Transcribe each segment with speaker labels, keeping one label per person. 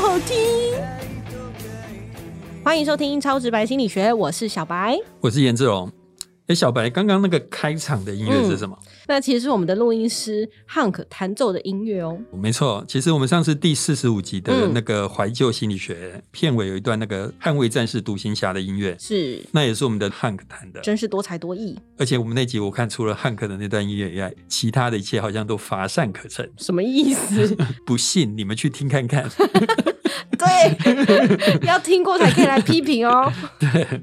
Speaker 1: 好听。欢迎收听《超直白心理学》，我是小白。
Speaker 2: 我是颜志龙。哎，小白，刚刚那个开场的音乐
Speaker 1: 嗯
Speaker 2: 是什么？
Speaker 1: 那其实是我们的录音师 Hank 弹奏的音乐哦。
Speaker 2: 没错，其实我们上次第四十五集
Speaker 1: 嗯
Speaker 2: 的那个怀旧心理学、片尾有一段那个捍卫战士独行侠的音乐，
Speaker 1: 是，
Speaker 2: 那也是我们的汉克弹的。
Speaker 1: 真是多才多艺。
Speaker 2: 而且我们那集我看除了汉克的那段音乐以外，其他的一切好像都乏善可陈。
Speaker 1: 什么意思？
Speaker 2: 不信你们去听看看。
Speaker 1: 对， 要听过才可以来批评哦。
Speaker 2: 对，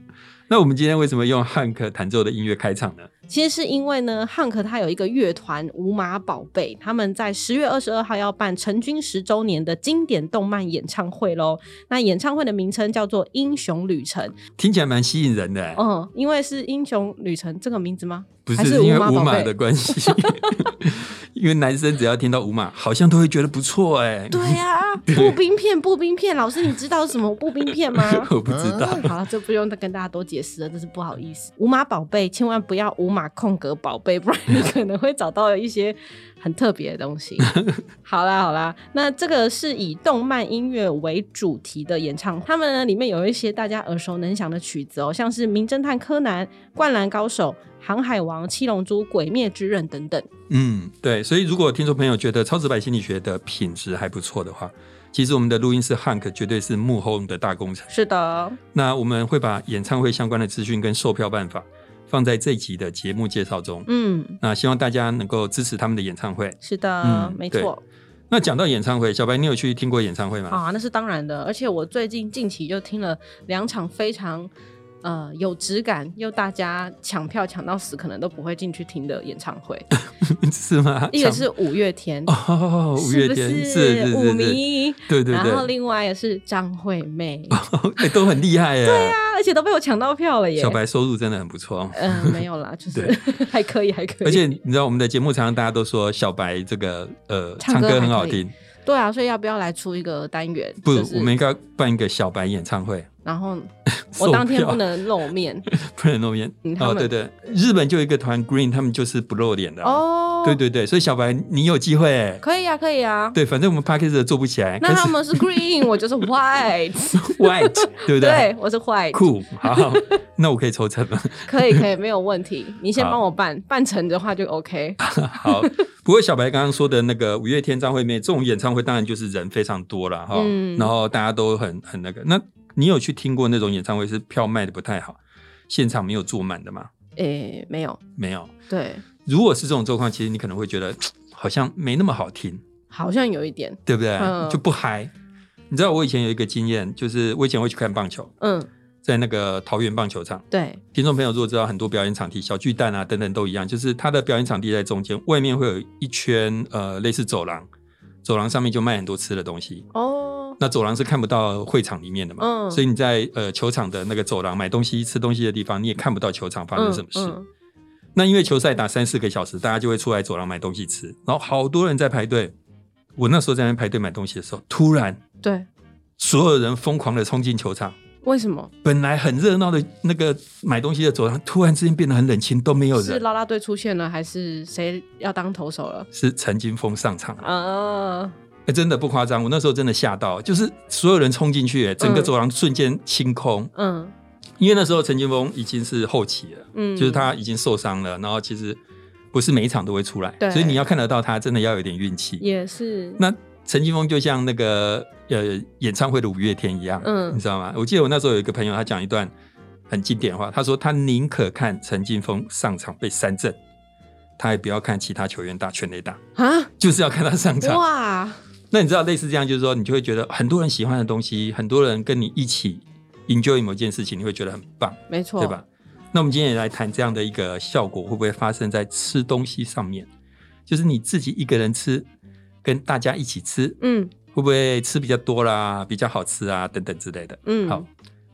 Speaker 2: 那我们今天为什么用汉克弹奏的音乐开场呢？
Speaker 1: 其实是因为呢，Hank 他有一个乐团五马宝贝，他们在十月二十二号要办成军十周年的经典动漫演唱会喽。那演唱会的名称叫做《英雄旅程》，
Speaker 2: 听起来蛮吸引人的、欸，
Speaker 1: 嗯，因为是《英雄旅程》这个名字吗？
Speaker 2: 不
Speaker 1: 还
Speaker 2: 是
Speaker 1: 是
Speaker 2: 因为
Speaker 1: 马
Speaker 2: 五
Speaker 1: 宝
Speaker 2: 马
Speaker 1: 贝
Speaker 2: 的关系。 因为男生只要听到五马，好像都会觉得不错哎、
Speaker 1: 对呀、步兵片，步兵片，老师你知道什么步兵片吗？
Speaker 2: 我不知道，
Speaker 1: 好了，这不用再跟大家多解释了，真是不好意思。五马宝贝，千万不要五马空格宝贝，不然你可能会找到一些很特别的东 西。好啦好啦，那这个是以动漫音乐为主题的演唱，他们呢里面有一些大家耳熟能详的曲子哦，像是《名侦探柯南》《灌篮高手》《航海王》《七龙珠》《鬼灭之刃》等等。
Speaker 2: 嗯，对，所以如果听众朋友觉得超直白心理学的品质还不错的话，其实我们的录音室 Hank 绝对是幕后的大工程。
Speaker 1: 是的，
Speaker 2: 那我们会把演唱会相关的资讯跟售票办法放在这一集的节目介绍中。
Speaker 1: 嗯，
Speaker 2: 那希望大家能够支持他们的演唱会。
Speaker 1: 是的，
Speaker 2: 嗯
Speaker 1: 没
Speaker 2: 对
Speaker 1: 错。
Speaker 2: 那讲到演唱会，小白，你有去听过演唱会吗？
Speaker 1: 啊，那是当然的。而且我最近近期就听了两场非常呃有质感又大家抢票抢到死可能都不会进去听的演唱 会，
Speaker 2: 是吗？
Speaker 1: 一个是五月天，
Speaker 2: 哦，五月天
Speaker 1: 是不
Speaker 2: 是是
Speaker 1: 舞
Speaker 2: 是是，
Speaker 1: 迷，
Speaker 2: 对对
Speaker 1: 然后
Speaker 2: 对，
Speaker 1: 另外也是张惠妹
Speaker 2: 哎都很厉害耶。对
Speaker 1: 啊，而且都被我抢到票了耶。
Speaker 2: 小白收入真的很不错。哦
Speaker 1: 嗯、没有 啦，就是
Speaker 2: 对
Speaker 1: 还可以，还可以。
Speaker 2: 而且你知道，我们的节目常常大家都说小白这个呃
Speaker 1: 唱
Speaker 2: 唱
Speaker 1: 歌
Speaker 2: 歌很
Speaker 1: 还
Speaker 2: 好
Speaker 1: 可以
Speaker 2: 听，
Speaker 1: 对啊，所以要不要来出一个单元？
Speaker 2: 不，
Speaker 1: 就是
Speaker 2: 我们应该办一个小白演唱会。
Speaker 1: 然后
Speaker 2: 售
Speaker 1: 我当天
Speaker 2: 票
Speaker 1: 不能露 面
Speaker 2: 不能露面
Speaker 1: 嗯他
Speaker 2: 哦，
Speaker 1: 们
Speaker 2: 对对，日本就有一个团 Green，他们就是不露脸的啊。
Speaker 1: 哦。
Speaker 2: 对，对对，所以小白你有机会欸。
Speaker 1: 可以啊，可以啊。
Speaker 2: 对，反正我们 p a c k a g e 做不起来，
Speaker 1: 那
Speaker 2: 可
Speaker 1: 他
Speaker 2: 是
Speaker 1: 们是 green，我就是 white，
Speaker 2: white 对不对？
Speaker 1: 对，我是 white，
Speaker 2: 酷，好，那我可以抽成吗？
Speaker 1: 可以可以，没有问题。你先
Speaker 2: 好
Speaker 1: 帮我办，办成的话就 OK。
Speaker 2: 好，不过小白刚刚说的那个五月天、张惠妹这种演唱会，当然就是人非常多了哈，
Speaker 1: 嗯
Speaker 2: 然后大家都很很那个。那你有去听过那种演唱会是票卖的不太好，现场没有坐满的吗？
Speaker 1: 诶、没有，
Speaker 2: 没有。
Speaker 1: 对，
Speaker 2: 如果是这种状况，其实你可能会觉得好像没那么好听。
Speaker 1: 好像有一点，
Speaker 2: 对不对？
Speaker 1: 嗯
Speaker 2: 就不嗨。你知道我以前有一个经验，就是我以前会去看棒球，
Speaker 1: 嗯，
Speaker 2: 在那个桃园棒球场。
Speaker 1: 对，
Speaker 2: 听众朋友如果知道很多表演场地，小巨蛋啊等等都一样，就是它的表演场地在中间，外面会有一圈呃类似走廊，走廊上面就卖很多吃的东西。
Speaker 1: 哦，
Speaker 2: 那走廊是看不到会场里面的嘛，
Speaker 1: 嗯
Speaker 2: 所以你在呃球场的那个走廊买东西、吃东西的地方，你也看不到球场发生什么事。
Speaker 1: 嗯
Speaker 2: 那因为球赛打三四个小时，大家就会出来走廊买东西吃，然后好多人在排队。我那时候在那边排队买东西的时候，突然
Speaker 1: 嗯对，
Speaker 2: 所有人疯狂的冲进球场，
Speaker 1: 为什么？
Speaker 2: 本来很热闹的那个买东西的走廊，突然之间变得很冷清，都没有
Speaker 1: 是
Speaker 2: 人。
Speaker 1: 啦啦队出现了，还是谁要当投手了？
Speaker 2: 是陈金峰上场，哎、
Speaker 1: 啊，
Speaker 2: 真的不夸张，我那时候真的吓到，就是所有人冲进去，哎整个
Speaker 1: 嗯
Speaker 2: 走廊瞬间清空，
Speaker 1: 嗯
Speaker 2: 因为那时候陈金峰已经是后期了，
Speaker 1: 嗯，
Speaker 2: 就是他已经受伤了，然后其实不是每一场都会出来
Speaker 1: 对，
Speaker 2: 所以你要看得到他，真的要有点运气。
Speaker 1: 也是，
Speaker 2: 那陈金峰就像那个呃演唱会的五月天一样，
Speaker 1: 嗯
Speaker 2: 你知道吗？我记得我那时候有一个朋友，他讲一段很经典的话，他说他宁可看陈金峰上场被三振，他也不要看其他球员打全垒打，
Speaker 1: 啊，
Speaker 2: 就是要看他上场。
Speaker 1: 哇，
Speaker 2: 那你知道类似这样，就是说你就会觉得很多人喜欢的东西，很多人跟你一起 enjoy 某件事情，你会觉得很棒，
Speaker 1: 没错，
Speaker 2: 对吧？？那我们今天也来谈这样的一个效果，会不会发生在吃东西上面？就是你自己一个人吃，跟大家一起吃，
Speaker 1: 嗯
Speaker 2: 会不会吃比较多啦，比较好吃啊，等等之类的。
Speaker 1: 嗯，
Speaker 2: 好，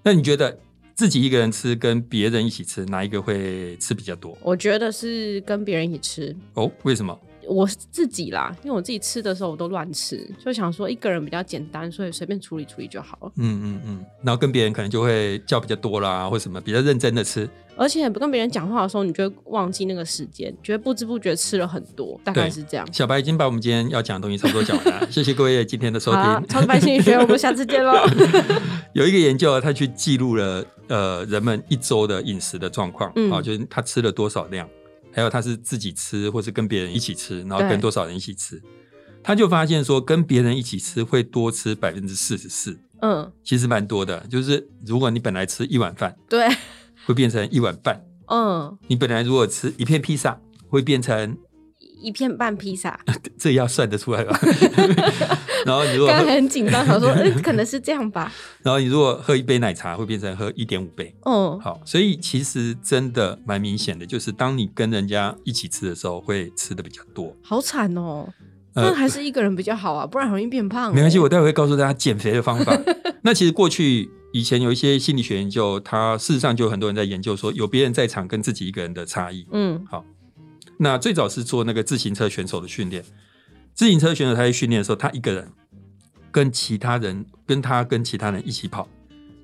Speaker 2: 那你觉得自己一个人吃跟别人一起吃，哪一个会吃比较多？
Speaker 1: 我觉得是跟别人一起吃，
Speaker 2: 哦，为什么？
Speaker 1: 我自己啦，因为我自己吃的时候我都乱吃，就想说一个人比较简单，所以随便处理处理就好了。
Speaker 2: 嗯嗯嗯，然后跟别人可能就会叫比较多啦，或什么比较认真的吃，
Speaker 1: 而且不跟别人讲话的时候，你就会忘记那个时间，觉得不知不觉吃了很多，大概
Speaker 2: 对
Speaker 1: 是这样。
Speaker 2: 小白已经把我们今天要讲的东西差不多讲完 了，谢谢各位今天的收
Speaker 1: 好啦
Speaker 2: 听，。
Speaker 1: 超白心理学，我们下次见 喽。
Speaker 2: 有一个研究啊，他去记录了呃人们一周的饮食的状况，啊、
Speaker 1: 嗯
Speaker 2: 就是他吃了多少量，还有他是自己吃或是跟别人一起吃，然后
Speaker 1: 对
Speaker 2: 跟多少人一起
Speaker 1: 嗯
Speaker 2: 吃，他就发现说跟别人一起吃会多吃百分之四十四，
Speaker 1: 嗯，
Speaker 2: 其实蛮多的。就是如果你本来吃一碗饭，
Speaker 1: 对，
Speaker 2: 会变成一碗半；
Speaker 1: 嗯，
Speaker 2: 你本来如果吃一片披萨，会变成
Speaker 1: 一片半披萨，
Speaker 2: 这要算得出 来吧？ 然后你如果
Speaker 1: 刚
Speaker 2: 喝
Speaker 1: 才很紧张，想说，嗯，可能是这样吧。
Speaker 2: 然后你如果喝一杯奶茶，会变成喝一点五杯。
Speaker 1: 嗯，
Speaker 2: 好，所以其实真的蛮明显的，就是当你跟人家一起吃的时候，会吃的比较多。
Speaker 1: 好惨哦。
Speaker 2: 呃
Speaker 1: 那还是一个人比较好啊，不然容易变胖哦。
Speaker 2: 没关系，我待会会告诉大家减肥的方法。 那其实过去以前有一些心理学研究，它事实上就有很多人在研究说，有别人在场跟自己一个人的差异。
Speaker 1: 嗯
Speaker 2: 那最早是做那个自行车选手的训练，自行车选手他在训练的时候，他一个人跟其他人跟他跟其他人一起跑，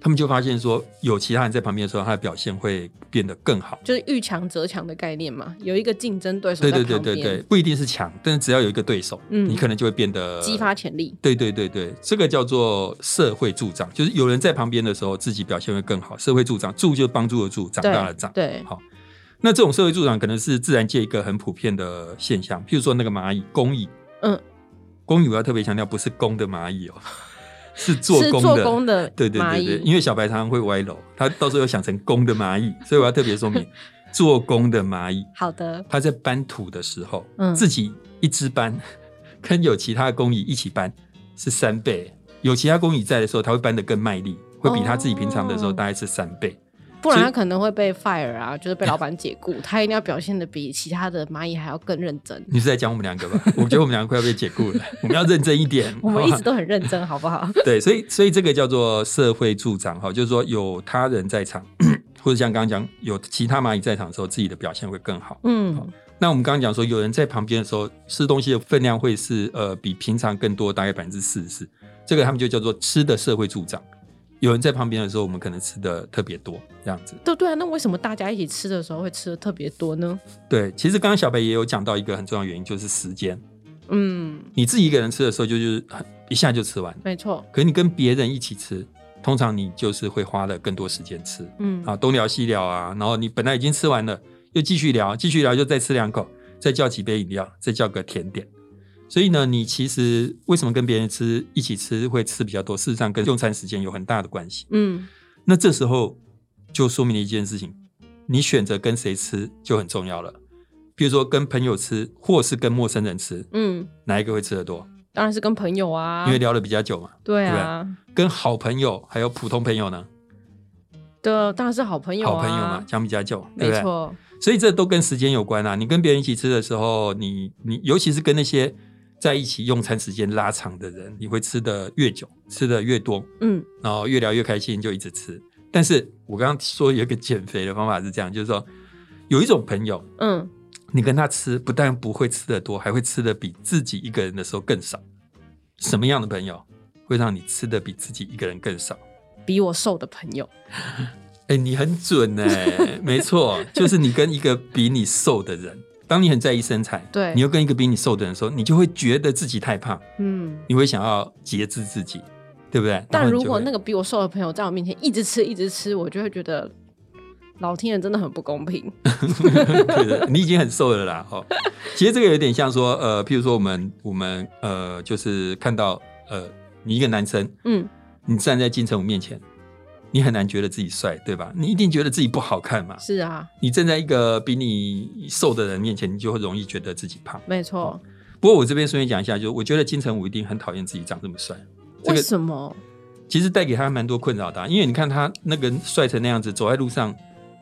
Speaker 2: 他们就发现说，有其他人在旁边的时候，他的表现会变得更好。
Speaker 1: 就是遇强则强的概念嘛，有一个竞争对手
Speaker 2: 对
Speaker 1: 在旁
Speaker 2: 对
Speaker 1: 边，
Speaker 2: 对对对，呃不一定是强，但是只要有一个对手，
Speaker 1: 嗯
Speaker 2: 你可能就会变得
Speaker 1: 激发。潜力。
Speaker 2: 对对对对，这个叫做社会助长，就是有人在旁边的时候，自己表现会更好。社会助长，助就帮助的助，长大的长。
Speaker 1: 对，
Speaker 2: 好，那这种社会助长可能是自然界一个很普遍的现象，譬如说那个蚂蚁工蚁，
Speaker 1: 嗯，
Speaker 2: 工蚁我要特别强调，不是公的蚂蚁哦， 是做
Speaker 1: 是
Speaker 2: 工
Speaker 1: 做
Speaker 2: 的。
Speaker 1: 工的
Speaker 2: 对对
Speaker 1: 蚂
Speaker 2: 对对，
Speaker 1: 蚁，
Speaker 2: 因为小白常常会歪楼，他到时候又想成公的蚂蚁，所以我要特别说 明，做工的蚂蚁。
Speaker 1: 好的，
Speaker 2: 他在搬土的时候，
Speaker 1: 嗯
Speaker 2: 自己一支搬， 跟有其他工蚁一起搬是三倍。有其他工蚁在的时候，他会搬得更卖力，会比他自己平常的时候
Speaker 1: 哦
Speaker 2: 大概是三倍。
Speaker 1: 不然
Speaker 2: 所以
Speaker 1: 他可能会被 fire 啊，就是被老板解雇，他一定要表现的比其他的蚂蚁还要更认真。
Speaker 2: 你是在讲我们两个吧？ 我觉得我们两个快要被解雇了， 我们要认真一点。
Speaker 1: 我们
Speaker 2: 好
Speaker 1: 一
Speaker 2: 吧
Speaker 1: 直都很认真，好不好？
Speaker 2: 对，所以所以这个叫做社会助长哈，就是说有他人在场， 或者像刚刚讲有其他蚂蚁在场的时候，自己的表现会更好。
Speaker 1: 嗯，
Speaker 2: 那我们刚刚讲说，有人在旁边的时候，吃东西的分量会是呃比平常更多，大概百分之四十四。这个他们就叫做吃的社会助长。有人在旁边的时候，我们可能吃的特别多，这样子。
Speaker 1: 对对啊，那为什么大家一起吃的时候会吃的特别多呢？
Speaker 2: 对，其实刚刚小白也有讲到一个很重要的原因，就是时间。
Speaker 1: 嗯，
Speaker 2: 你自己一个人吃的时候，就是很一下就吃完了；
Speaker 1: 没错，
Speaker 2: 可你跟别人一起吃，通常你就是会花了更多时间吃。
Speaker 1: 嗯，
Speaker 2: 啊，东聊西聊啊，然后你本来已经吃完了，又继续聊，继续聊，又再吃两口，再叫几杯饮料，再叫个甜点。所以呢，你其实为什么跟别人吃一起吃会吃比较多？事实上，跟用餐时间有很大的关系。
Speaker 1: 嗯，
Speaker 2: 那这时候就说明了一件事情：你选择跟谁吃就很重要了。比如说跟朋友吃，或是跟陌生人吃，
Speaker 1: 嗯，
Speaker 2: 哪一个会吃得多？
Speaker 1: 当然是跟朋友啊，
Speaker 2: 因为聊得比较久嘛。
Speaker 1: 对啊，
Speaker 2: 跟好朋友还有普通朋友呢，
Speaker 1: 对啊，当然是好朋友、啊，
Speaker 2: 好朋友嘛，讲比较久，对
Speaker 1: 没
Speaker 2: 不对？
Speaker 1: 错，
Speaker 2: 所以这都跟时间有关啊。你跟别人一起吃的时候，你你尤其是跟那些在一起用餐时间拉长的人，你会吃的越久，吃的越多，
Speaker 1: 嗯，
Speaker 2: 然后越聊越开心，就一直吃。但是我刚刚说有一个减肥的方法是这样，就是说有一种朋友，
Speaker 1: 嗯，
Speaker 2: 你跟他吃不但不会吃的多，还会吃的比自己一个人的时候更少。什么样的朋友会让你吃的比自己一个人更少？
Speaker 1: 比我瘦的朋友，
Speaker 2: 哎、你很准哎、没错，就是你跟一个比你瘦的人，当你很在意身材，
Speaker 1: 对
Speaker 2: 你又跟一个比你瘦的人说，你就会觉得自己太胖，
Speaker 1: 嗯。
Speaker 2: 你会想要节制自己，对不对？
Speaker 1: 但如果那
Speaker 2: 个
Speaker 1: 个比我瘦的朋友在我面前一直吃一直吃，我就会觉得老天爷真的很不公平。
Speaker 2: 对的，你已经很瘦了啦，哦，其实这个有点像说，呃，譬如说我们我们呃，就是看到呃，你一个男生，
Speaker 1: 嗯，
Speaker 2: 你站在金城武面前，你很难觉得自己帅，对吧？你一定觉得自己不好看嘛。
Speaker 1: 是啊，
Speaker 2: 你站在一个比你瘦的人面前，你就会容易觉得自己胖。
Speaker 1: 没错。
Speaker 2: 不过我这边顺便讲一下，就是我觉得金城武一定很讨厌自己长这么帅，这
Speaker 1: 为
Speaker 2: 个
Speaker 1: 什么？
Speaker 2: 其实带给他蛮多困扰的啊、因为你看他那个帅成那样子，走在路上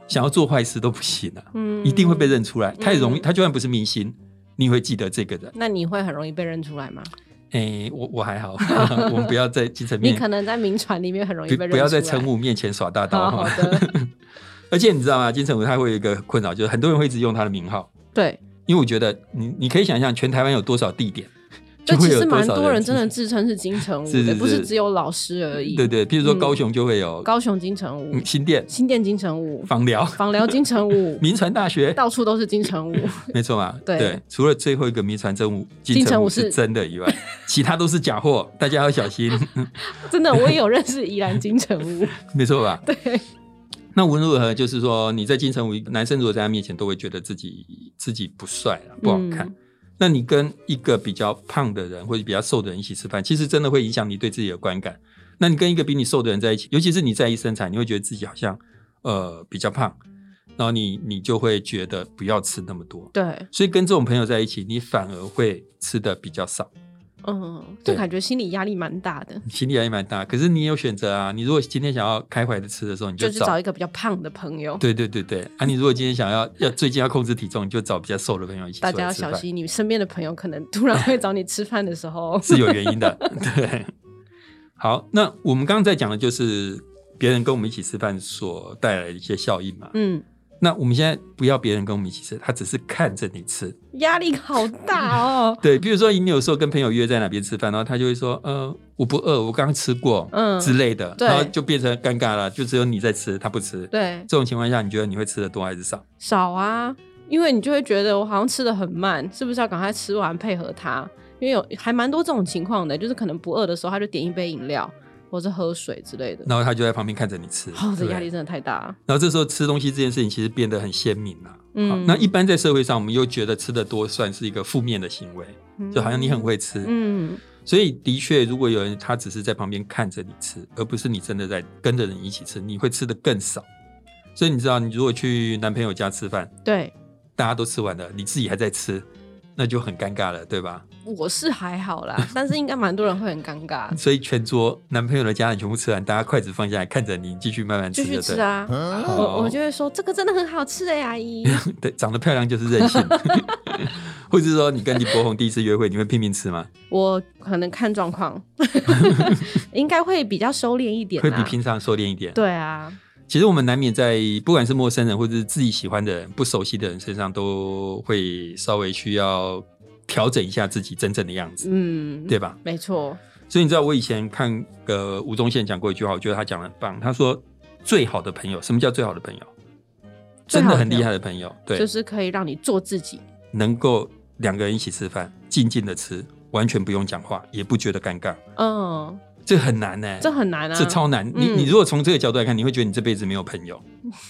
Speaker 2: 想要做坏事都不行啊，
Speaker 1: 嗯，
Speaker 2: 一定会被。认出来，太容易，
Speaker 1: 嗯
Speaker 2: 他就算不是明星。你也会记得这个人，
Speaker 1: 那你会很容易被认出来吗？
Speaker 2: 哎、我我 还好，我们不要在金城
Speaker 1: 你
Speaker 2: 面，
Speaker 1: 可能在名传里面很容易
Speaker 2: 不
Speaker 1: 被认出来。
Speaker 2: 不要在陈武面前耍大刀
Speaker 1: 好好
Speaker 2: 哈。
Speaker 1: 的，
Speaker 2: 而且你知道吗？金城武他会有一个困扰，就是很多人会一直用他的名号，
Speaker 1: 对，
Speaker 2: 因为我觉得你你可以想象全台湾有多少地点，
Speaker 1: 就
Speaker 2: 会
Speaker 1: 其
Speaker 2: 有
Speaker 1: 实蛮
Speaker 2: 少
Speaker 1: 多人真的
Speaker 2: 进
Speaker 1: 自称是金城武的，
Speaker 2: 是是
Speaker 1: 不是
Speaker 2: 是
Speaker 1: 只有老师而已。
Speaker 2: 对对，譬如说
Speaker 1: 嗯
Speaker 2: 高雄就会有
Speaker 1: 高雄金城武、
Speaker 2: 嗯新店、
Speaker 1: 新店金城武、
Speaker 2: 访寮、，
Speaker 1: 访寮金城武
Speaker 2: 民传大学，
Speaker 1: 到处都是金城 武。
Speaker 2: 没错嘛。
Speaker 1: 对
Speaker 2: 除了最后一个民传真武
Speaker 1: 金城
Speaker 2: 城
Speaker 1: 武
Speaker 2: 武
Speaker 1: 是
Speaker 2: 是真的 以外，其他都是假货，大家要小心，
Speaker 1: 真的，我也有认识宜兰金城 武。
Speaker 2: 没错吧？
Speaker 1: 对，
Speaker 2: 那无论如何，就是说你在金城武，男生如果在他面前都会觉得自己自己不帅啊，不好看。
Speaker 1: 嗯
Speaker 2: 那你跟一个比较胖的人或者比较瘦的人一起吃饭，其实真的会影响你对自己的观感。那你跟一个比你瘦的人在一起，尤其是你在意身材，你会觉得自己好像呃比较胖，然后你你就会觉得不要吃那么多。
Speaker 1: 对，
Speaker 2: 所以跟这种朋友在一起，你反而会吃的比较少，
Speaker 1: 嗯，就
Speaker 2: 对
Speaker 1: 感觉心理压力蛮大的。
Speaker 2: 心理压力蛮大。可是你也有选择啊，你如果今天想要开怀的吃的时候，你
Speaker 1: 就是
Speaker 2: 找
Speaker 1: 找一个比较胖的朋友，
Speaker 2: 对对对对，啊，你如果今天想要要最近要控制体重，你就找比较瘦的朋友一起出
Speaker 1: 大
Speaker 2: 来
Speaker 1: 家要
Speaker 2: 吃饭，
Speaker 1: 小，心，你身边的朋友可能突然会找你吃饭的时候
Speaker 2: 是有原因的。对，好，那我们刚刚在讲的就是别人跟我们一起吃饭所带来的一些效应嘛。
Speaker 1: 嗯，
Speaker 2: 那我们现在不要别人跟我们一起吃，他只是看着你吃。。
Speaker 1: 压力好大哦
Speaker 2: 对，比如说你有时候跟朋友约在哪边吃饭，然后他就会说，呃，我不饿，我刚刚吃过，
Speaker 1: 嗯
Speaker 2: 嗯之类的，
Speaker 1: 对
Speaker 2: 然后就变成尴尬了，就只有你在吃，他不吃。
Speaker 1: 对，
Speaker 2: 这种情况下，你觉得你会吃的多还是少？
Speaker 1: 少啊，因为你就会觉得我好像吃的很慢，是不是要赶快吃完配合他？因为有还蛮多这种情况的，就是可能不饿的时候，他就点一杯饮料或者喝水之类的。
Speaker 2: 然后他就在旁边看着你吃，
Speaker 1: 哦，这
Speaker 2: 对
Speaker 1: 压力真的太大了。
Speaker 2: 然后这时候吃东西这件事情其实变得很鲜明了。
Speaker 1: 嗯
Speaker 2: 好那一般在社会上，我们又觉得吃的多算是一个负面的行为，就好像你很会吃。
Speaker 1: 嗯，
Speaker 2: 所以的确，如果有人他只是在旁边看着你吃，而不是你真的在跟着人一起吃，你会吃的更少。所以你知道，你如果去男朋友家吃饭，
Speaker 1: 对，
Speaker 2: 大家都吃完了，你自己还在吃，那就很尴尬了，对吧？
Speaker 1: 我是还好 啦，但是应该蛮多人会很尴尬，
Speaker 2: 所以全桌男朋友的家人全部吃完，大家筷子放下来，看着你继续慢慢吃
Speaker 1: 继
Speaker 2: 就对
Speaker 1: 续
Speaker 2: 了，
Speaker 1: 吃啊。
Speaker 2: 好。
Speaker 1: 我我就会说这个真的很好吃哎、阿 姨。
Speaker 2: 对，长得漂亮就是 任性，或者是说你跟李伯宏第一次约会，你会拼命吃吗？
Speaker 1: 我可能看状 况，应该会比较收敛一点
Speaker 2: 会
Speaker 1: 啦。
Speaker 2: 比平常收敛一点。
Speaker 1: 对啊，
Speaker 2: 其实我们难免在不管是陌生人或者是自己喜欢的人、不熟悉的人身上，都会稍微需要调整一下自己真正的样子，
Speaker 1: 嗯，
Speaker 2: 对吧？
Speaker 1: 没错，
Speaker 2: 所以你知道我以前看个吴宗宪讲过一句话，我觉得他讲的很棒。他说：“最好的朋友，什么叫最好的朋友？
Speaker 1: 最
Speaker 2: 真
Speaker 1: 好的
Speaker 2: 的很
Speaker 1: 朋友
Speaker 2: 厉害的朋友，对，
Speaker 1: 就是可以让你做自己。
Speaker 2: 能够两个人一起吃饭，静静的吃，完全不用讲话，也不觉得尴尬。”
Speaker 1: 嗯，
Speaker 2: 这很难呢、
Speaker 1: 这很难啊，
Speaker 2: 这超难。你
Speaker 1: 嗯
Speaker 2: 你如果从这个角度来看，你会觉得你这辈子没有朋友，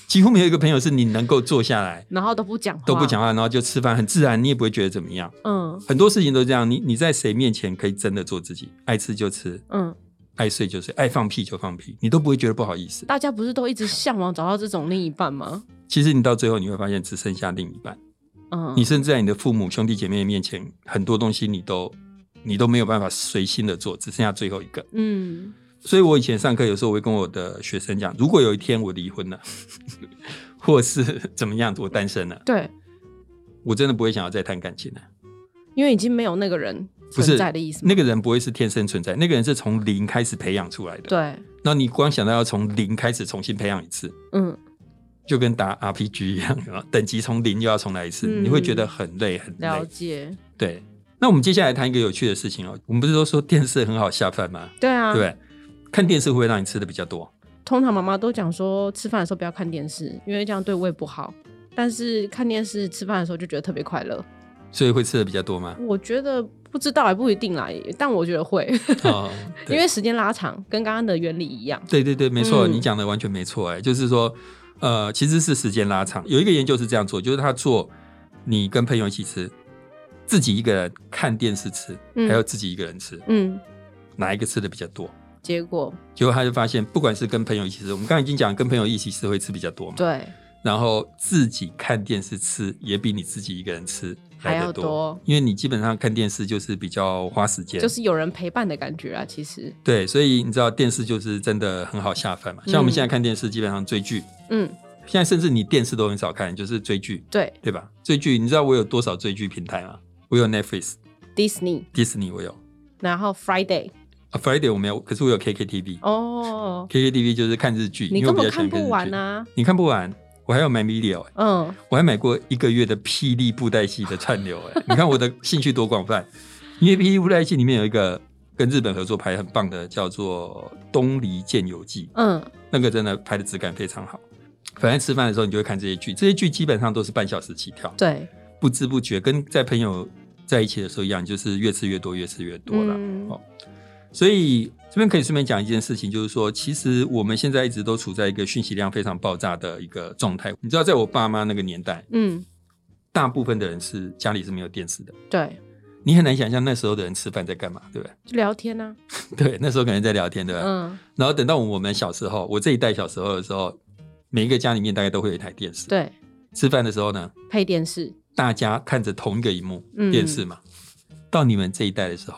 Speaker 2: 几乎没有一个朋友是你能够坐下来
Speaker 1: 然后都不讲话，
Speaker 2: 都不讲，话，然后就吃饭，很自然，你也不会觉得怎么样。
Speaker 1: 嗯
Speaker 2: 很多事情都这样，你你在谁面前可以真的做自己，爱吃就吃，
Speaker 1: 嗯，
Speaker 2: 爱睡就睡，爱放屁就放屁，你都不会觉得不好意思。
Speaker 1: 大家不是都一直向往找到这种另一半吗？
Speaker 2: 其实你到最后你会发现只剩下另一半，
Speaker 1: 嗯，
Speaker 2: 你甚至在你的父母兄弟姐妹面前，很多东西你都你都没有办法随心的做，只剩下最后一个。
Speaker 1: 嗯，
Speaker 2: 所以我以前上课有时候我会跟我的学生讲，如果有一天我离婚了， 或是 怎么样我单身了，
Speaker 1: 对，
Speaker 2: 我真的不会想要再谈感情了。
Speaker 1: 因为已经没有那个人
Speaker 2: 不
Speaker 1: 存
Speaker 2: 是
Speaker 1: 在的意思嘛，
Speaker 2: 那个人不会是天生存在，那个人是从零开始培养出来的。
Speaker 1: 对，
Speaker 2: 那你光想到要从零开始重新培养一次，
Speaker 1: 嗯，
Speaker 2: 就跟打 RPG 一样， 有没有等级从零又要重来一次，
Speaker 1: 嗯
Speaker 2: 你会觉得很累很
Speaker 1: 了
Speaker 2: 累。
Speaker 1: 解，
Speaker 2: 对，那我们接下来谈一个有趣的事情哦。我们不是都说电视很好下饭吗？
Speaker 1: 对啊，
Speaker 2: 对不，对？看电视会不会让你吃的比较多？
Speaker 1: 通常妈妈都讲说，吃饭的时候不要看电视，因为这样对胃不好。但是看电视吃饭的时候就觉得特别快乐。？
Speaker 2: 所以会吃的比较多吗
Speaker 1: 我觉得不知道也不一定啦，也但我觉得会，
Speaker 2: 哦，对
Speaker 1: 因为时间拉长，跟刚刚的原理一样。
Speaker 2: 对对对，没错，
Speaker 1: 嗯
Speaker 2: 你讲的完全没错，哎，就是说，呃，其实是时间拉长。有一个研究是这样做，就是他做你跟朋友一起吃，自己一个人看电视吃，
Speaker 1: 嗯
Speaker 2: 还有自己一个人吃，
Speaker 1: 嗯，
Speaker 2: 哪一个吃的比较多？
Speaker 1: 结果
Speaker 2: 结果他就发现，不管是跟朋友一起吃，我们刚才已经讲，跟朋友一起吃会吃比较多嘛，
Speaker 1: 对，
Speaker 2: 然后自己看电视吃也比你自己一个人吃
Speaker 1: 还
Speaker 2: 来
Speaker 1: 要
Speaker 2: 得多，
Speaker 1: 多
Speaker 2: 因为你基本上看电视就是比较花时间，
Speaker 1: 就是有人陪伴的感觉啊。其实，
Speaker 2: 对，所以你知道电视就是真的很好下饭嘛，像我们现在看电视，基本上追剧。
Speaker 1: 嗯，
Speaker 2: 现在甚至你电视都很少看，就是追剧，
Speaker 1: 对
Speaker 2: 对吧？追剧，你知道我有多少追剧平台吗？我有 Netflix、
Speaker 1: ，Disney，
Speaker 2: Disney，我有
Speaker 1: 然后 Friday，
Speaker 2: 啊，Friday 我没有，可是我有 KKTV。
Speaker 1: 哦，
Speaker 2: KKTV 就是看日剧，
Speaker 1: 你
Speaker 2: 因为
Speaker 1: 根
Speaker 2: 我比
Speaker 1: 本
Speaker 2: 较喜欢
Speaker 1: 看不
Speaker 2: 日
Speaker 1: 完
Speaker 2: 剧。
Speaker 1: 啊。
Speaker 2: 你看不完，我还要买 video 哎、
Speaker 1: 嗯，
Speaker 2: 我还买过一个月的霹雳布袋戏的串流哎、 你看我的兴趣多广泛，因为霹雳布袋戏里面有一个跟日本合作拍很棒的，叫做《东离剑游记》，
Speaker 1: 嗯，
Speaker 2: 那个真的拍的质感非常好。反正吃饭的时候你就会看这些剧，这些剧基本上都是半小时起跳，
Speaker 1: 对，
Speaker 2: 不知不觉跟在朋友在一起的时候一样，就是越吃越多，越吃越多了。
Speaker 1: 嗯
Speaker 2: 哦所以这边可以顺便讲一件事情，就是说，其实我们现在一直都处在一个讯息量非常爆炸的一个状态。你知道，在我爸妈那个年代，
Speaker 1: 嗯，
Speaker 2: 大部分的人是家里是没有电视的，
Speaker 1: 对，
Speaker 2: 你很难想象那时候的人吃饭在干嘛，对 不
Speaker 1: 就聊天啊，
Speaker 2: 对？对，那时候可能在聊天，对吧？
Speaker 1: 嗯，
Speaker 2: 然后等到我们小时候，我这一代小时候的时候，每一个家里面大概都会有一台电视。
Speaker 1: 对，
Speaker 2: 吃饭的时候呢，
Speaker 1: 配电视，
Speaker 2: 大家看着同一个荧幕
Speaker 1: 嗯
Speaker 2: 电视嘛。到你们这一代的时候，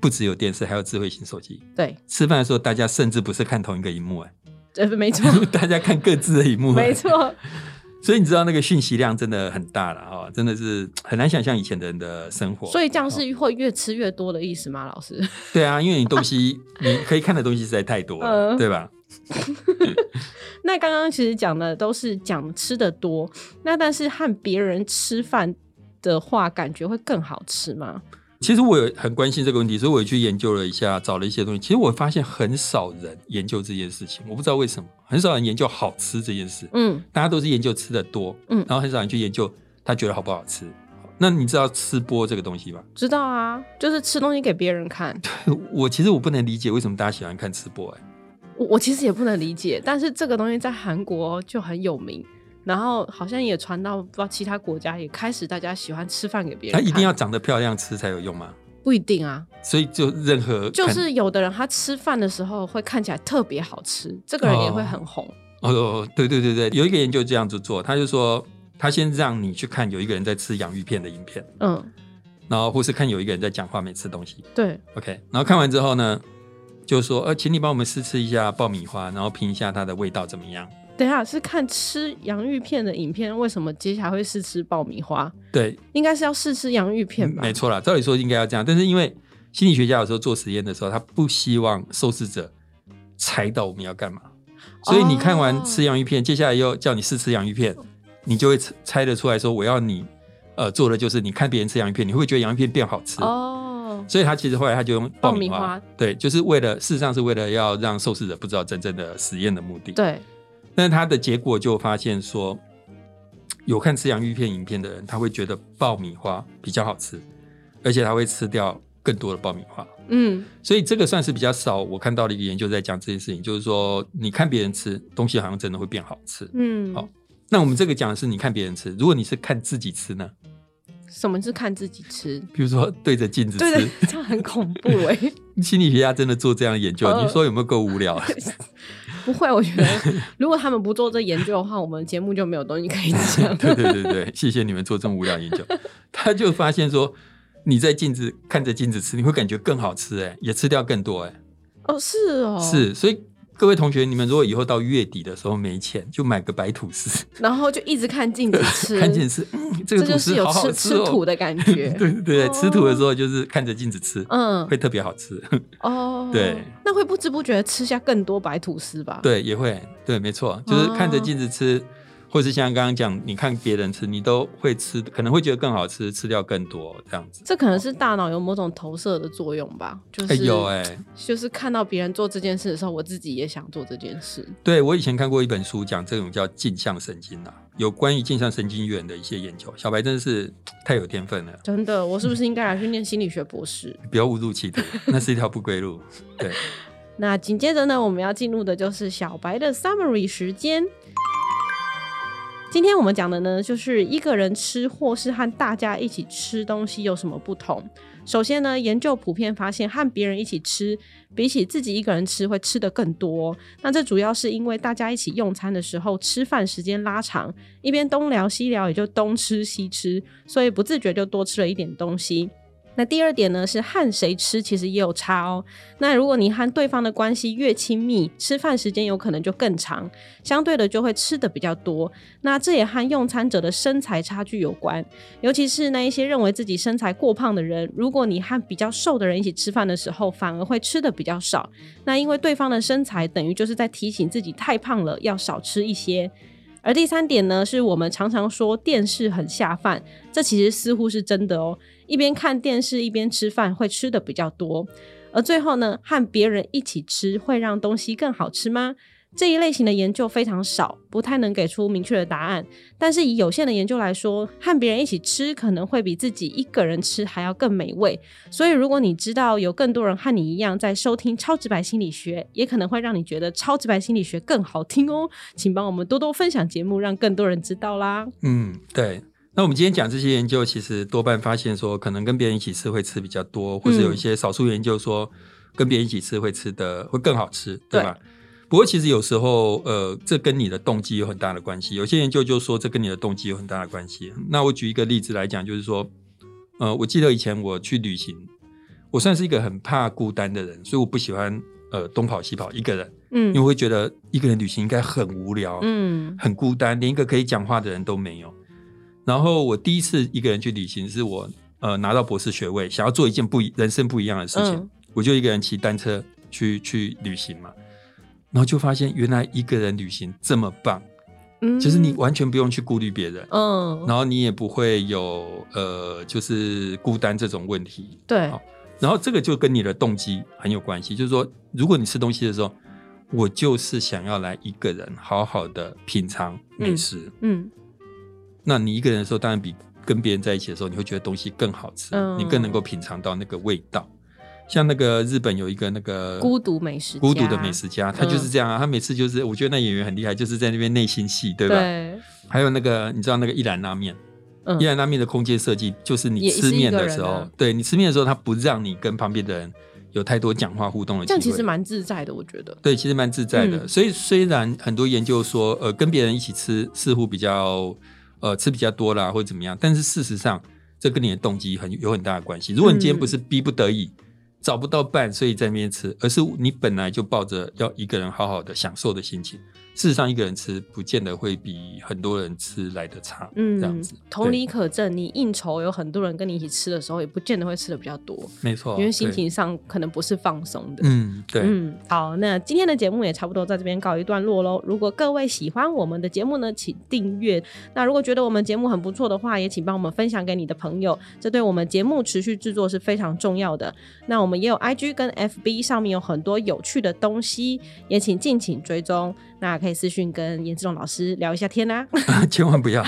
Speaker 2: 不只有电视，还有智慧型手机。
Speaker 1: 对，
Speaker 2: 吃饭的时候，大家甚至不是看同一个 荧幕、哎，
Speaker 1: 呃，没错，
Speaker 2: 大家看各自的荧幕、哎
Speaker 1: 没。错，
Speaker 2: 所以你知道那个讯息量真的很大了哈、哦，真的是很难想象以前的人的生活。
Speaker 1: 所以这样是会越吃越多的意思吗？老师，
Speaker 2: 对啊，因为你东西你可以看的东西实在太多了，
Speaker 1: 嗯
Speaker 2: 对吧？
Speaker 1: 那刚刚其实讲的都是讲吃的多，那但是和别人吃饭的话，感觉会更好吃吗？
Speaker 2: 其实我有很关心这个问题，所以我也去研究了一下，找了一些东西。其实我发现很少人研究这件事情，我不知道为什么，很少人研究好吃这件事。
Speaker 1: 嗯
Speaker 2: 大家都是研究吃的多，
Speaker 1: 嗯
Speaker 2: 然后很少人去研究他觉得好不好吃。那你知道吃播这个东西吧？
Speaker 1: 知道啊，就是吃东西给别人 看。
Speaker 2: 我其实我不能理解为什么大家喜欢看吃播、哎，
Speaker 1: 我我其实也不能理解，但是这个东西在韩国就很有名，然后好像也传到不知道其他国家也开始大家喜欢吃饭给别
Speaker 2: 他
Speaker 1: 人看。
Speaker 2: 一定要长得漂亮吃才有用吗？
Speaker 1: 不一定啊，
Speaker 2: 所以就任何
Speaker 1: 就是有的人他吃饭的时候会看起来特别好吃，这个人也会很红。
Speaker 2: 哦哦，对对对对，有一个研究这样子做，他就说他先让你去看有一个人在吃洋芋片的影片，
Speaker 1: 嗯，
Speaker 2: 然后或是看有一个人在讲话没吃东西
Speaker 1: 对，
Speaker 2: ，OK，然后看完之后呢，就说呃，请你帮我们试吃一下爆米花，然后评一下它的味道怎么样。
Speaker 1: 等一下是看吃洋芋片的影片，为什么接下来会试吃爆米花？
Speaker 2: 对，
Speaker 1: 应该是要试吃洋芋片吧？
Speaker 2: 没错啦，照理说应该要这样，但是因为心理学家有时候做实验的时候，他不希望受试者猜到我们要干嘛，
Speaker 1: 哦
Speaker 2: 所以你看完吃洋芋片，接下来又叫你试吃洋芋片，你就会猜猜得出来说我要你呃做的就是你看别人吃洋芋片，你会不会觉得洋芋片变好吃。
Speaker 1: 哦，
Speaker 2: 所以他其实后来他就用爆米花，
Speaker 1: 爆米花
Speaker 2: 对，就是为了事实上是为了要让受试者不知道真正的实验的目的。
Speaker 1: 对，
Speaker 2: 但是他的结果就发现说，有看吃洋芋片影片的人，他会觉得爆米花比较好吃，而且他会吃掉更多的爆米花。
Speaker 1: 嗯
Speaker 2: 所以这个算是比较少，我看到的一个研究在讲这件事情，就是说你看别人吃东西，好像真的会变好吃。
Speaker 1: 嗯，
Speaker 2: 好那我们这个讲的是你看别人吃，如果你是看自己吃呢？
Speaker 1: 什么是看自己吃？
Speaker 2: 比如说对着镜子
Speaker 1: 对对
Speaker 2: 吃，，
Speaker 1: 这样很恐怖哎、
Speaker 2: 心理学家真的做这样的研究，
Speaker 1: 呃
Speaker 2: 你说有没有够无聊？ 啊
Speaker 1: 不会，我觉得 如果他们不做这研究的话，我们节目就没有东西可以讲。
Speaker 2: 对对对对，谢谢你们做这么无聊的研 究。他就发现说，你在镜子看着镜子吃，你会感觉更好吃、哎，也吃掉更多、
Speaker 1: 哦，是哦
Speaker 2: 哎，，。是。所以各位同学，你们如果以后到月底的时候没钱，就买个白吐司，
Speaker 1: 然后就一直看镜子吃，
Speaker 2: 看见是，嗯，这
Speaker 1: 这
Speaker 2: 个
Speaker 1: 就
Speaker 2: 吐
Speaker 1: 是
Speaker 2: 司
Speaker 1: 有
Speaker 2: 好好
Speaker 1: 吃
Speaker 2: 吃哦。
Speaker 1: 土的感觉。
Speaker 2: 对对对，
Speaker 1: 哦
Speaker 2: 吃土的时候就是看着镜子吃，
Speaker 1: 嗯
Speaker 2: 会，特别好吃。
Speaker 1: 哦，
Speaker 2: 对，
Speaker 1: 那会不知不觉吃下更多白吐司吧？，
Speaker 2: 对，也会，对，没错，就是看着
Speaker 1: 哦
Speaker 2: 镜子吃。或是像刚刚讲，你看别人吃，你都会吃，可能会觉得更好吃，吃掉更多这样子。
Speaker 1: 这可能是大脑有某种投射的作用吧，就
Speaker 2: 哎、
Speaker 1: 是
Speaker 2: 有哎、
Speaker 1: 就是看到别人做这件事的时候，我自己也想做这件事。
Speaker 2: 对我以前看过一本书，讲这种叫镜像神经啊，有关于镜像神经元的一些研究。小白真的是太有天分了，
Speaker 1: 真的，我是不是应该来去念心理学博士？
Speaker 2: 不要误入歧途，那是一条不归路。对，
Speaker 1: 那紧接着呢，我们要进入的就是小白的 summary 时间。今天我们讲的呢，就是一个人吃或是和大家一起吃东西有什么不同。首先呢，研究普遍发现，和别人一起吃，比起自己一个人吃会吃的更多。那这主要是因为大家一起用餐的时候，吃饭时间拉长，一边东聊西聊，也就东吃西吃，所以不自觉就多吃了一点东西。那第二点呢，是和谁吃其实也有差哦。那如果你和对方的关系越亲密，吃饭时间有可能就更长，相对的就会吃的比较多。那这也和用餐者的身材差距有关，尤其是那一些认为自己身材过胖的人，如果你和比较瘦的人一起吃饭的时候，反而会吃的比较少。那因为对方的身材等于就是在提醒自己太胖了，要少吃一些。而第三点呢，是我们常常说电视很下饭，这其实似乎是真的哦。一边看电视一边吃饭，会吃的比较多。而最后呢，和别人一起吃会让东西更好吃吗？这一类型的研究非常少，不太能给出明确的答案。但是以有限的研究来说，和别人一起吃可能会比自己一个人吃还要更美味。所以，如果你知道有更多人和你一样在收听《超直白心理学》，也可能会让你觉得《超直白心理学》更好听哦。请帮我们多多分享节目，让更多人知道啦。
Speaker 2: 嗯，对。那我们今天讲这些研究，其实多半发现说，可能跟别人一起吃会吃比较多，或者有一些少数研究说，跟别人一起吃会吃的会更好吃，对吧？不过其实有时候，呃，这跟你的动机有很大的关系。有些研究就说，这跟你的动机有很大的关系。那我举一个例子来讲，就是说，呃，我记得以前我去旅行，我算是一个很怕孤单的人，所以我不喜欢呃东跑西跑一个人，因为
Speaker 1: 嗯
Speaker 2: 我会觉得一个人旅行应该很无聊，
Speaker 1: 嗯
Speaker 2: 很孤单，连一个可以讲话的人都没有。然后我第一次一个人去旅行，是我呃拿到博士学位，想要做一件不一人生不一样的事情，
Speaker 1: 嗯
Speaker 2: 我就一个人骑单车去去旅行嘛。然后就发现原来一个人旅行这么棒，
Speaker 1: 嗯
Speaker 2: 就是你完全不用去顾虑别人，
Speaker 1: 嗯
Speaker 2: 然后你也不会有呃就是孤单这种问题。
Speaker 1: 对
Speaker 2: 好然后这个就跟你的动机很有关系，就是说，如果你吃东西的时候，我就是想要来一个人好好的品尝美食，
Speaker 1: 嗯
Speaker 2: 那你一个人的时候，当然比跟别人在一起的时候，你会觉得东西更好吃，
Speaker 1: 嗯
Speaker 2: 你更能够品尝到那个味道。像那个日本有一个那个
Speaker 1: 孤独美食家嗯
Speaker 2: 孤独的美食家，他就是这样啊，他每次就是我觉得那演员很厉害，就是在那边内心戏，对吧？
Speaker 1: 对
Speaker 2: 还有那个你知道那个一兰拉面，
Speaker 1: 嗯
Speaker 2: 一兰拉面的空间设计就是你
Speaker 1: 也是
Speaker 2: 吃面
Speaker 1: 一个
Speaker 2: 的
Speaker 1: 人
Speaker 2: 时候，
Speaker 1: 啊
Speaker 2: 对你吃面的时候，他不让你跟旁边的人有太多讲话互动的机
Speaker 1: 这
Speaker 2: 会。
Speaker 1: 样其实蛮自在的，我觉得。
Speaker 2: 对，其实蛮自在的。
Speaker 1: 嗯
Speaker 2: 所以虽然很多研究说，呃，跟别人一起吃似乎比较，呃，吃比较多啦，或者怎么样，但是事实上，这跟你的动机很有很大的关系。如果你今天不
Speaker 1: 嗯
Speaker 2: 是逼不得已、找不到伴，所以在那边吃，而是你本来就抱着要一个人好好的享受的心情，事实上一个人吃不见得会比很多人吃来的差。
Speaker 1: 嗯，
Speaker 2: 这样子，
Speaker 1: 同理可证，你应酬有很多人跟你一起吃的时候，也不见得会吃的比较多，
Speaker 2: 没错，
Speaker 1: 因为心
Speaker 2: 哦对，
Speaker 1: 情上可能不是放松的。
Speaker 2: 嗯，对，
Speaker 1: 嗯，好，那今天的节目也差不多在这边告一段落喽。如果各位喜欢我们的节目呢，请订阅。那如果觉得我们节目很不错的话，也请帮我们分享给你的朋友，这对我们节目持续制作是非常重要的。那我们也有 IG 跟 FB 上面有很多有趣的东西，也请敬请追踪。那可以私讯跟严志龙老师聊一下天啊啦、
Speaker 2: 千万不要。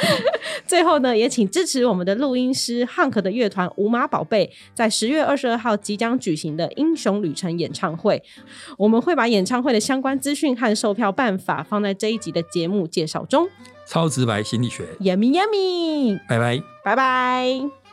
Speaker 1: 最后呢，也请支持我们的录音师汉克的乐团五马宝贝，在十月二十二号即将举行的英雄旅程演唱会，我们会把演唱会的相关资讯和售票办法放在这一集的节目介绍中。
Speaker 2: 超直白心理学，
Speaker 1: Yummy yummy，
Speaker 2: 拜拜。
Speaker 1: 拜拜。